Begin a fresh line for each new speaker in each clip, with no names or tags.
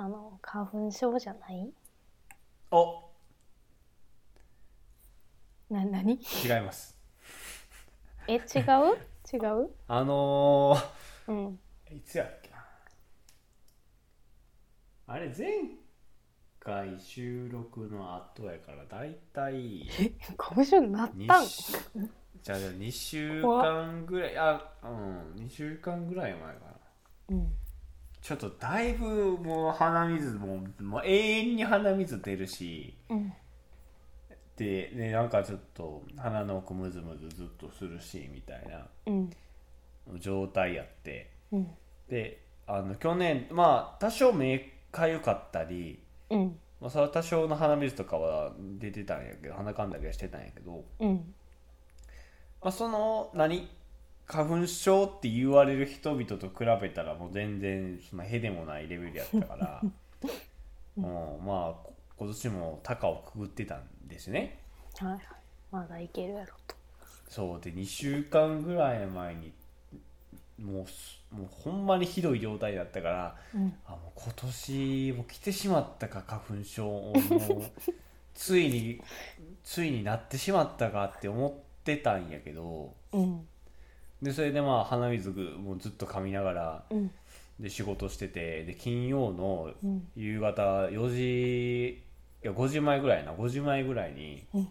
花粉症じゃない
お
な、 何
違います
え、違う違う
あの
うん。
ー、いつやっけなあれ前回収録の後やからだいたい
え、花粉症になったん
2週じゃあじゃあ2週
怖
間ぐらいあうん2週間ぐらい前かな
うん。
ちょっとだいぶもう鼻水ももう永遠に鼻水出るし
うん。
で、ね、なんかちょっと鼻の奥ムズムズずっとするしみたいな
うん。
状態やって
うん。
であの去年まあ多少目かゆかったり、
うん。
まあ、それは多少の鼻水とかは出てたんやけど鼻かんだりはしてたんやけど、
うん。
まあ、その何花粉症って言われる人々と比べたらもう全然そのへでもないレベルやったからもうまあこ今年も高をくぐってたんですね
はいはい。まだいけるやろと。
そうで2週間ぐらい前にもうすもうほんまにひどい状態だったから
うん。
あもう今年も来てしまったか花粉症をもうつい についになってしまったかって思ってたんやけど
うん。
でそれでまあ鼻水ぐもうずっと噛みながら
うん。
で仕事しててで金曜の
うん。
夕方4時いや5時前ぐらいやな5時前ぐらいに、
うん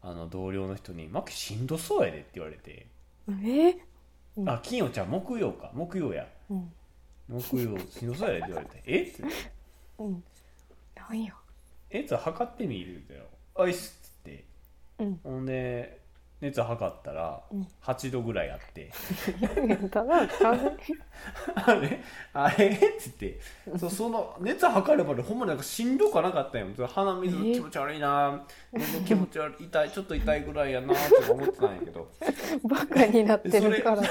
あの同僚の人に「マキしんどそうやで」って言われて
え
「あ金曜ちゃん木曜か木曜や
うん。
木曜しんどそうやで」って言われて「えっ?」って
うん。なんや。
熱測ってみるんだよ「あいっす」っつって
うん。
ほんで熱測ったら
うん
8度ぐらいあって
ただの花粉、
あれあれっつってそその熱測ればねほんまになんかしんどかなかったんよそれ鼻水
え
気持ち悪いな喉気持ち悪い痛いちょっと痛いぐらいやなとか思ってたんやけ ど
バカになってるからだ。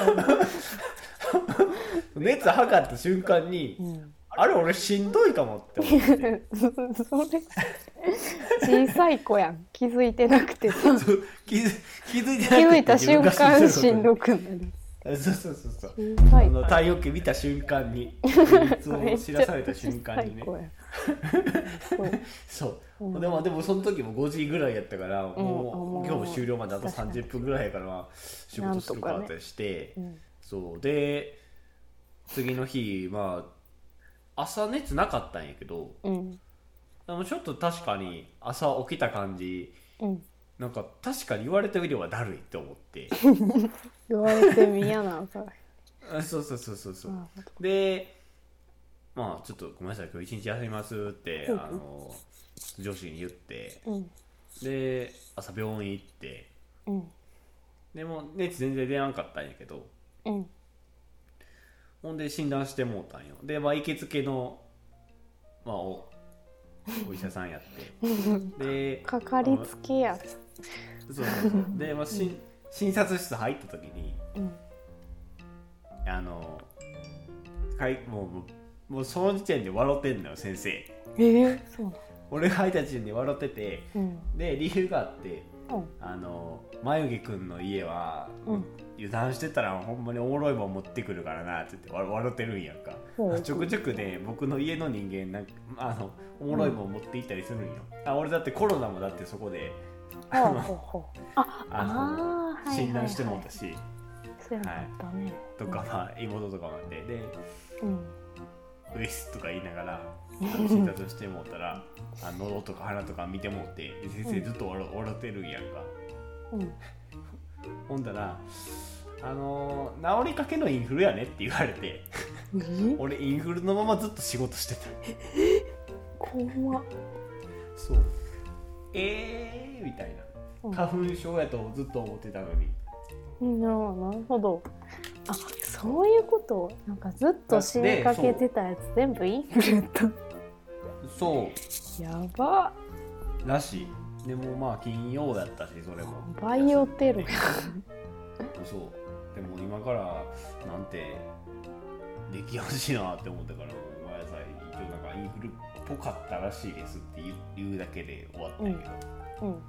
熱測った瞬間に
うん。
あれ俺しんどいかもって 思って
それ、 小さい子やん。気づいてなくてさ。
そう気づ気づい
気
て
づいた
な
瞬
くて自分が
間しん
い
どくなる。
こと にそうそうそうそう
小さ
あ
い
の
子。
太陽系見た瞬間に熱
め
を
っ
知
ち
ら
ゃ
された瞬間にね
小さい子やん
そう、
うん
でもでもその時も5時ぐらいやったから、も
も
う
う
今日も終了まであと
確かに
30分ぐらいやからまあ仕事するか
なん
っ
とか
てして、
うん
そうで次の日まあ朝熱なかったんやけど
うん
でもちょっと確かに朝起きた感じ
うん。
なんか確かに言われてみればだるいって思って
言われてみやな、それ。
あそうそうそうそうそう、
なる
でまあちょっとごめんなさい今日一日休みますって、
うん
あの上司に言って
ほどうん
で朝病院行って
うん
でも熱全然出なかったんやけど
うん
ほんで診断してもうたんよでまあ行きつけのまあおお医者さん やってで
かかりつけや。
そうそうそうで、まあ、しん診察室入った時に
うん
あのかいもうもうもうその時点で笑ってんのよ先生
えー、そうな
俺が入った時点で笑ってて
の
で理由があって
うん
あの眉毛くんの家は、
うん
油断してたらほんまにおもろいもん持ってくるからなって言ってわ笑ってるんやんか、
ほう
ちょくちょくね僕の家の人間なんかあのおもろいもん持って行ったりするんよ、あ俺だってコロナもだってそこで
ほ
あ
う
の
ほうほう。あ、
あの
あーはいはいはい
診断してもらったし、
そうやったね。
とかまあ妹とかもあってで
うん。
ウイスとか言いながらあの診察してもうたらあの喉とか鼻とか見てもうてで先生ずっと笑笑ってるんやんか、
うん。
ほんだら「あのー治りかけのインフルやね」って言われて
え
俺インフルのままずっと仕事してた
怖っ。
そうえーみたいな
うん
花粉症やとずっと思ってたのに
なあなるほどあそういうことなんかずっと死にかけてたやつ全部インフルエン
そ
ザやば
うらしいでもまあ金曜だったしそれも
バイオテロや
そうでも今からなんてできやしいなって思ったからごめんなさい一応なんかインフルっぽかったらしいですって言う言うだけで終わったんやけど、
うん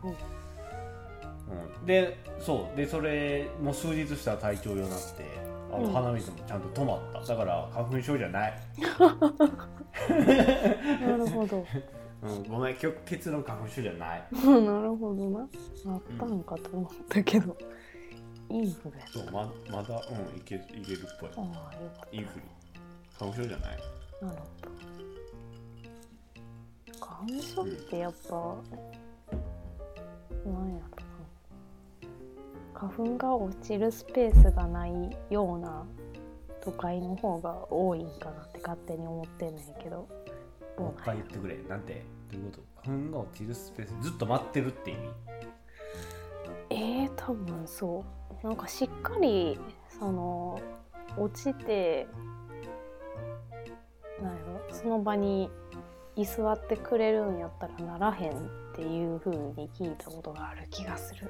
うん、でそうでそれもう数日したら体調良くなってあ
う
の
ん
鼻水もちゃんと止まっただから花粉症じゃない
うんなるほどど
うん、ごめん結結論花粉症じゃない
なるほどなあったんかと思ったけど、インフルやった
そうままだうんいけいけるっぽい
ああよかった
インフル花粉症じゃない
なるほど花粉症ってやっぱ、なんやろな花粉が落ちるスペースがないような都会の方が多いんかなって勝手に思ってんねんけど
もう一回言ってくれなんてどういうこと花粉が落ちるスペースずっと待ってるって意味
えー、多分そうなんかしっかりその落ちてなんやろその場に居座ってくれるんやったらならへんっていう風に聞いたことがある気がする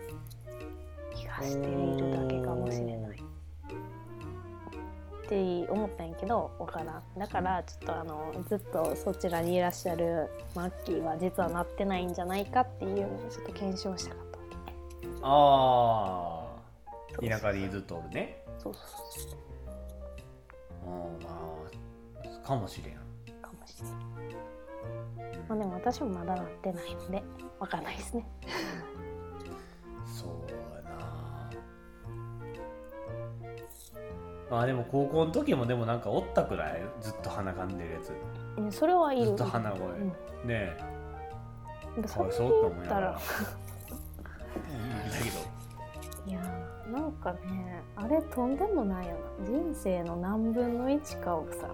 気がしているだけかもしれないって思ったんやけどわからんだからちょっとあのずっとそちらにいらっしゃるマッキーは実はなってないんじゃないかっていうのをちょっと検証したかったわけ。
ああ田舎にずっとおるね
そうそうそ
うんまあかもしれん
うかもしれない。まあでも私もまだなってないのでわかんないですね。
そうやなまあでも高校の時もでもなんかおったくらいずっと鼻かんでるやつ
うんそれはい
ず
る。
っと鼻声、
うん
ねえ
でも
か
そ
わ
れ
いそうっ
言
て思い
っ
な
た
が
ら
らうんだけど
いやーなんかねあれとんでもないよな人生の何分の1かをさ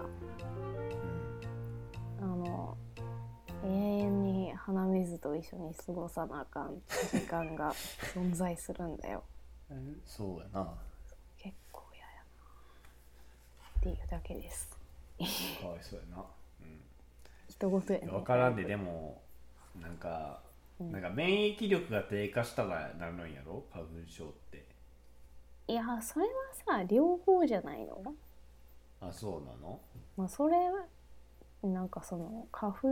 あの永遠に鼻水と一緒に過ごさなあかん時間が存在するんだよ。
うんそうやな
結構嫌やなっていうだけです。
かわいそうやな、うん
一言やね。
分からんででもなんか
うん
なんか免疫力が低下したらなるんやろ花粉症って
いやーそれはさ両方じゃないの
あそうなの
まあ、それはなんかその花粉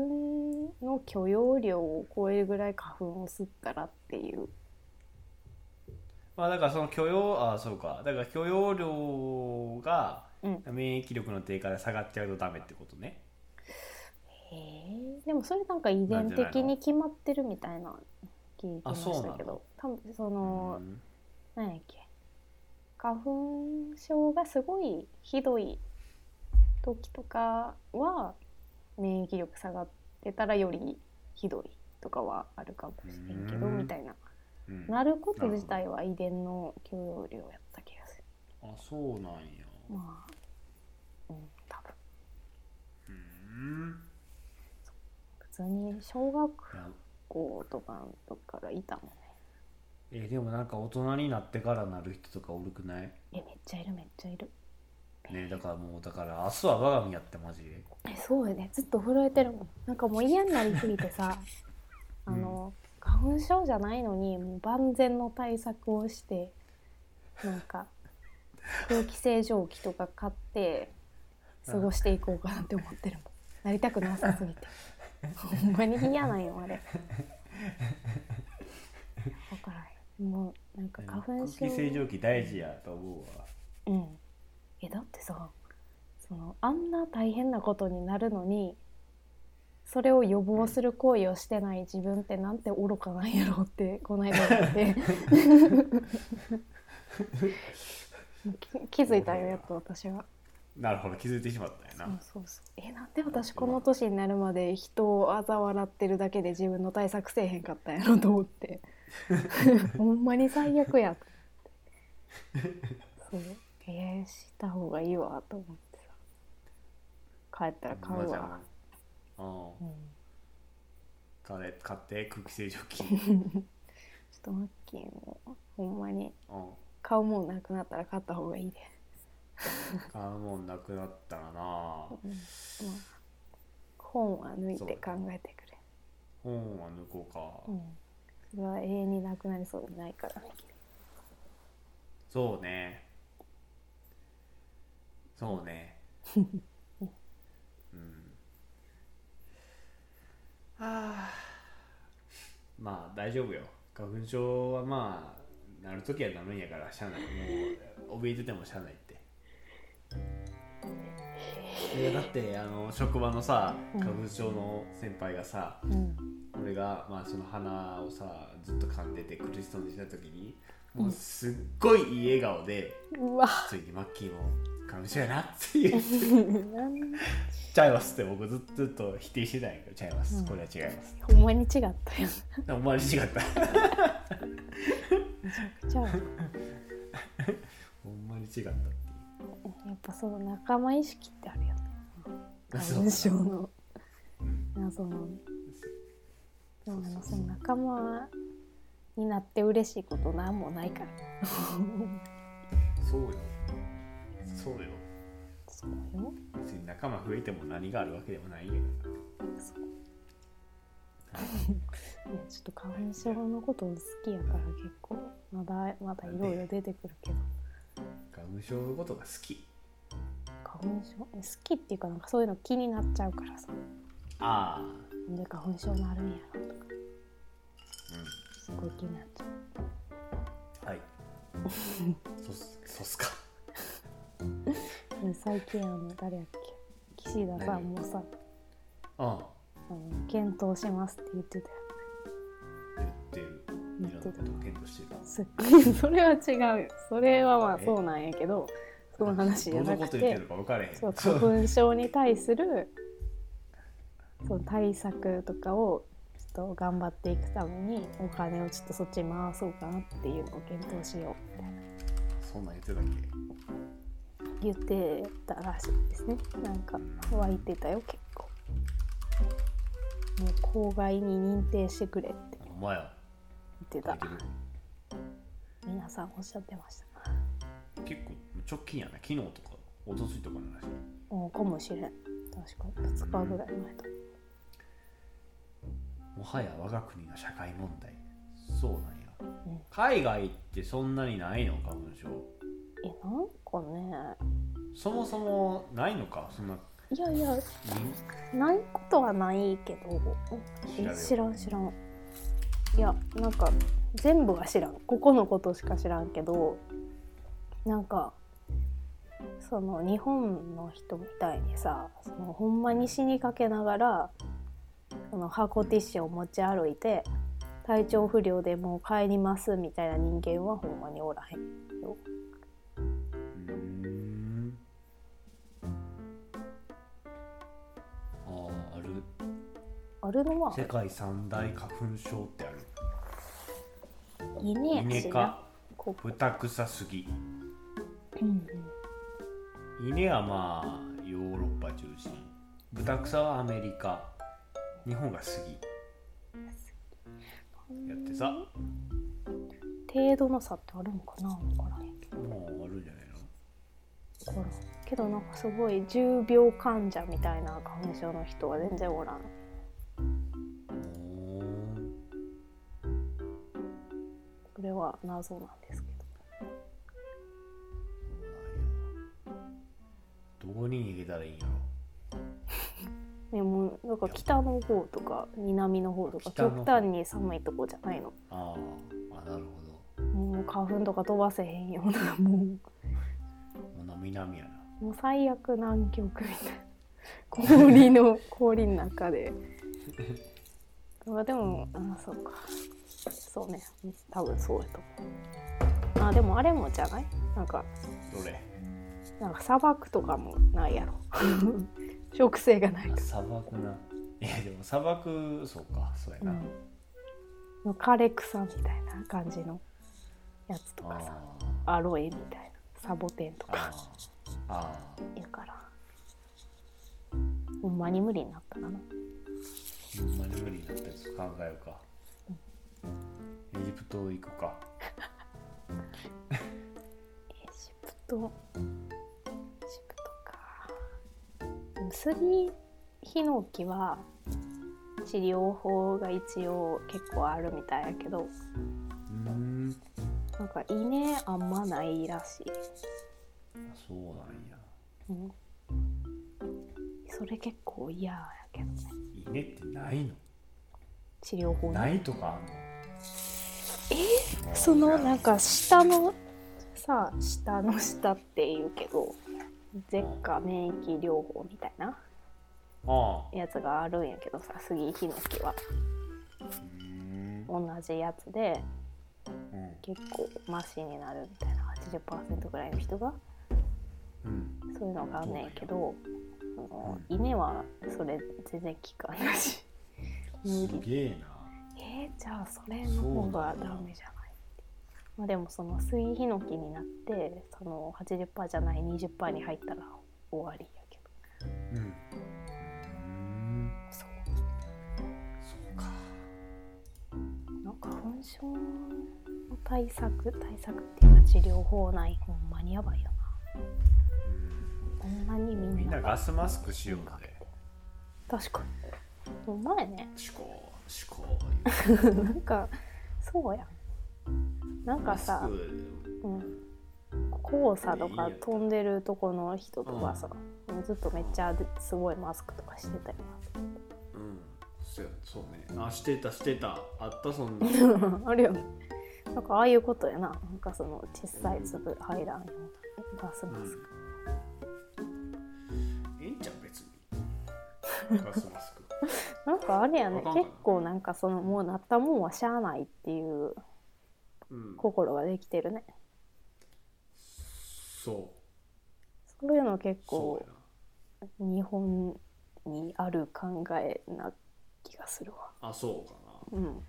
の許容量を超えるぐらい花粉を吸ったらっていう
まあだからその許容あそうかだから許容量が
うん
免疫力の低下で下がっちゃうとダメってことね
でもそれなんか遺伝的に決まってるみたいな聞いてま
あそ
し
う
た
な
け
の
ど多分そうの、
ん
なん、やっけ花粉症がすごいひどい時とかは免疫力下がってたらよりひどいとかはあるかもしれんけど
うん
みたいな
うん
なること自体は遺伝の許容量やった気がする。
あそうなんや
まあ、うん、多分
うん
普通に小
い
学
や
校とかの時からいたもんね。
えでもなんか大人になってからなる人とかおるくない
え、めっちゃいるめっちゃいる。
ねだからもうだから明日は我が身やってマジで
え、そうよね。ずっと震えてるもん。なんかもう嫌になりすぎて さ、あの、花粉症じゃないのに、もう万全の対策をして、なん か、空気清浄機とか買って、過ごしていこうかなって思ってるもん。なりたくなさすぎて。ほんまに嫌なんよ、あ れ。わからへん。もう、なんか花粉症
空。気清浄機大事やと思うわ
うん、えだってさそのあんな大変なことになるのにそれを予防する行為をしてない自分ってなんて愚かなんやろうってこの間思って気気づいたよやっと私は
なるほど気づいてしまったよな、
そうそうそうえなんで私この年になるまで人を嘲笑ってるだけで自分の対策せえへんかったんやろと思って ほんまに最悪やと思ってそうえー、した方がいいわと思ってさ帰ったら買う
まあじゃ
わ、
あうん
うん、ち
買え買って空気清浄 機
ょっとマッキーもほんまに
うん
買うもんなくなったら買った方がいいで、
買うもんなくなったら
う
な
んまあ、本は抜いて考えてくれ
本は抜こうか、
うん、それは永遠になくなりそうにないからね
そうねそう ねうんあーまあ大丈夫よ花粉症はまあなるときはなるんや からしゃあないもう怯えててもしゃあないっていやだってあの職場のさ
うん
花粉症の先輩がさ、
うん
俺が、まあ、その鼻をさずっと噛んでて苦しそうにした時にもうすっごいいい笑顔で
うわ
「ついにマッキーも花粉症やな」って言う
なん
ちゃいます」って僕ずっとずっと否定してたんやけど「ちゃいます、
うん
これは違います
ほんまに違ったよ」
お前に違った
めちゃくちゃや
ほんまに違ったっていう
っぱその仲間意識ってあるよね
そう
花粉症の
うん
謎のねで
そう
もあ
そ
の
う
そ
そう
の仲間になって嬉しいことなんもないから
そうよそうよ
そうよ
別に仲間増えても何があるわけでもないよ
そういやちょっと花粉症のこと好きやから結構まだまだいろいろ出てくるけど
花粉症のことが好き
花粉症好きっていうかなんかそういうの気になっちゃうからさ
ああ
なんで花粉症なるんやろとか
う
すごい気になっちゃうん
はいそそうっすか
で最近あの誰やっけ岸田さんもさ
ああ
あの検討しますって言ってたよ
言ってる
言
いろ
っ
んな
て
こ
た
とを検討してる
すっごい それは違うよそれはまあそうなんやけどその話じゃな
どんな
く
こと言っ
て
てるのか分かれへん
そう花粉症に対するその対策とかをちょっと頑張っていくためにお金をちょっとそっちに回そうかなっていうのを検討しようみたいな
そんなん言ってたっけ
言ってたらしいですねなんか湧いてたよ結構もう公害に認定してくれって
お前は
言って
書
た
いてる
皆さんおっしゃってました
結構直近やな昨日とかおとついとかの話
おかもしれん確か2日ぐらい前と
もはや我が国の社会問題そうなんや
うん
海外ってそんなにないの花粉症
えなんか
そもそもないのかそんな
ねいやいやないことはないけど
に
え知らん
調
知らんいやなんか全部は知らんここのことしか知らんけどなんかその日本の人みたいにさそのほんまに死にかけながらその箱ティッシュを持ち歩いて体調不良でもう帰りますみたいな人間はほんまにおらへん
べるうーんああある
あれのは
世界三大花粉症ってある
稲や
稲
しな
科
こ
ブタクサスギ
うんうん
稲はまあヨーロッパ中心ブタクサはアメリカ日本が杉やってさ
程度の差ってあるんかな分からへんけど
もうあるんじゃないの
分からんけどなんかすごい重病患者みたいな花粉症の人は全然おらん
お
それは謎なんですけど
どこに逃げたらいいんやろ
でもなんか北の方とか南の方とか
北の方
極端に寒いとこじゃないの
あーあなるほ
もう花粉とか飛ばせへんようなも
どもうな南やな
うもう最悪南極みたいな氷の氷の中でまあでもあそうかそうね多分そうやと思うあでもあれもじゃないなんか
どれ
なんか砂漠とかもない やろ植生がない
あ砂漠ないやでも砂漠そうかそうや
う
な、
んの枯れ草みたいな感じのやつと
あ
かさ
ー
アロエみたいなサボテンと
あ
か
ーあ
やからほんまに無理になったかな
ーほんまに無理になったやつ考えようかエジプト行くか
エジプトエジプトかでもスギヒノキは治療法が一応結構あるみたいやけど
うーん
なんか稲あんまないらしい
あそうなんや
うんそれ結構嫌やけどね
稲ってないの
治療法
な
ね
いとかあんの
そのなん
か
か下のさ下の下って言うけど舌下免疫療法みたいな
ああ
やつがあるんやけどさ杉ヒノキは
うん
同じやつで
うん
結構マシになるみたいな80%ぐらいの人が
うん
そういうのがあんねんけど、あの稲はそれ全然効かないし無
す
理
げえな
えーじゃあそれの方がダメじゃないまあ、でもその水ヒノキになってその80%じゃない20%に入ったら終わりやけど
うんうん
そう
そうか
なんか花粉症の対策対策っていうか治療法ないほんまにやばいよなほんまにみんな
みんな
が
ガスマスクしようぜ
確かにほんまやね
思考思考
なんかそうやんなんかさ、うん、黄砂とか飛んでるとこの人とかさ、ずっとめっちゃすごいマスクとかしてたよ
うんそうやそうねあしてたしてたあったそんな
な あるよねなんかああいうことやななんかその小さい粒入らんようなガスマスク、
ええんちゃう別にガスマスク
なんかあれやね
わかんない
結構なんかそのもうなったもんはしゃあないっていう
うん
心ができてるね
そう
そういうの結
そ
構日本にある考えな気がするわ
うやなあそうかな
うん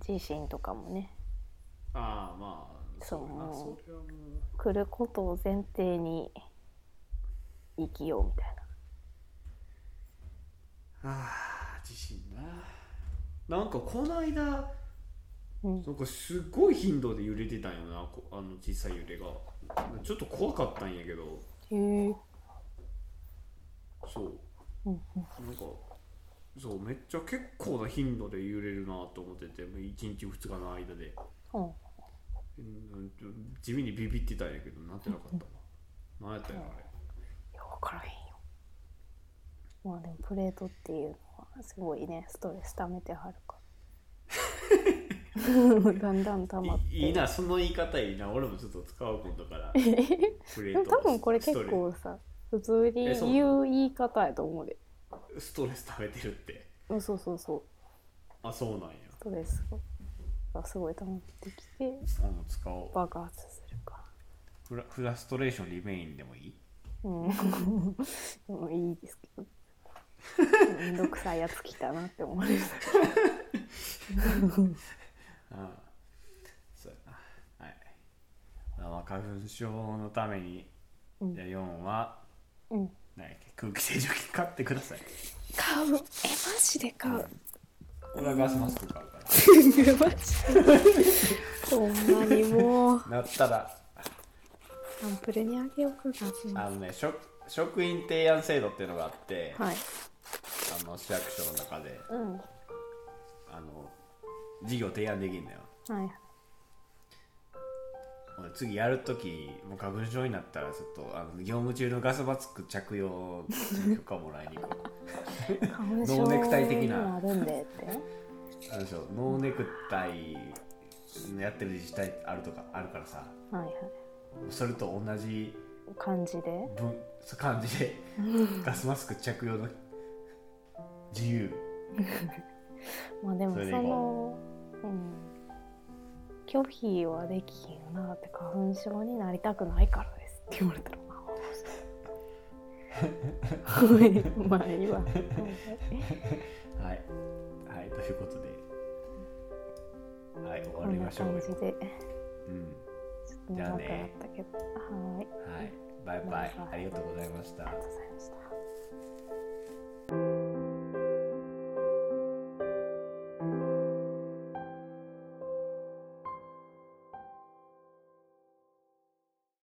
地震とかもね
ああまあ
そう
やなそれはもう
来ることを前提に生きようみたいな
ああ地震ななんかこの間な
うん
んかすごい頻度で揺れてたんよなこあの小さい揺れがちょっと怖かったんやけど
へえ
そう
うん
なんかそうめっちゃ結構な頻度で揺れるなと思ってて1日2日の間で
うん
うん地味にビビってたんやけどなってなかったな何やったんやろあれ
いや分からへんよまあでもプレートっていうのはすごいねストレス溜めてはるから だんだん溜まって
いいいなその言い方いいな俺もちょっと使う今度からプレ
でも多分これ結構さ普通に
えそう
言う言い方やと思うで
ストレス食べてるって
うんそうそうそう
あそうなんや
ストレスがすごい溜まってきて
あもう使おう
爆発するから
フラフラストレーションリメインでもいい
うん、 もういいですけどめんどくさいやつ来たなって思われる
ああそうやなはいあまあ花粉症のために
うん
じゃあ4は
うん
何やっけ空気清浄機買ってください
買うえマジで買う
俺はガスマスク買うか
マジでほんまにもう
らなったら
サンプルにあげようかな
あのね職職員提案制度っていうのがあって、
はい
あの市役所の中で
うんは
あの事業提案できるんだよ
い
俺次やるときもう花粉症になったらちょっとあの業務中のガスマスク着用の許可もらいに行こ う
花粉
ノーネクタイ的な
になるんでって
あのでしょノーネクタイやってる自治体あるとかあるからさ
はいはい
それと同じ
感じで
分感じ でガスマスク着用の自由
まあでもそ
それでい
のうん拒否はできひんよなって花粉症になりたくないからですって言われたらまあはいまあいいわはい
はいはいということではい終
こ
わり
ん
ま
な
しょう
感
よ
じで
うん
ちょっと長くなったけどはーい
はいバイバイありがとうございました
ありがとうございました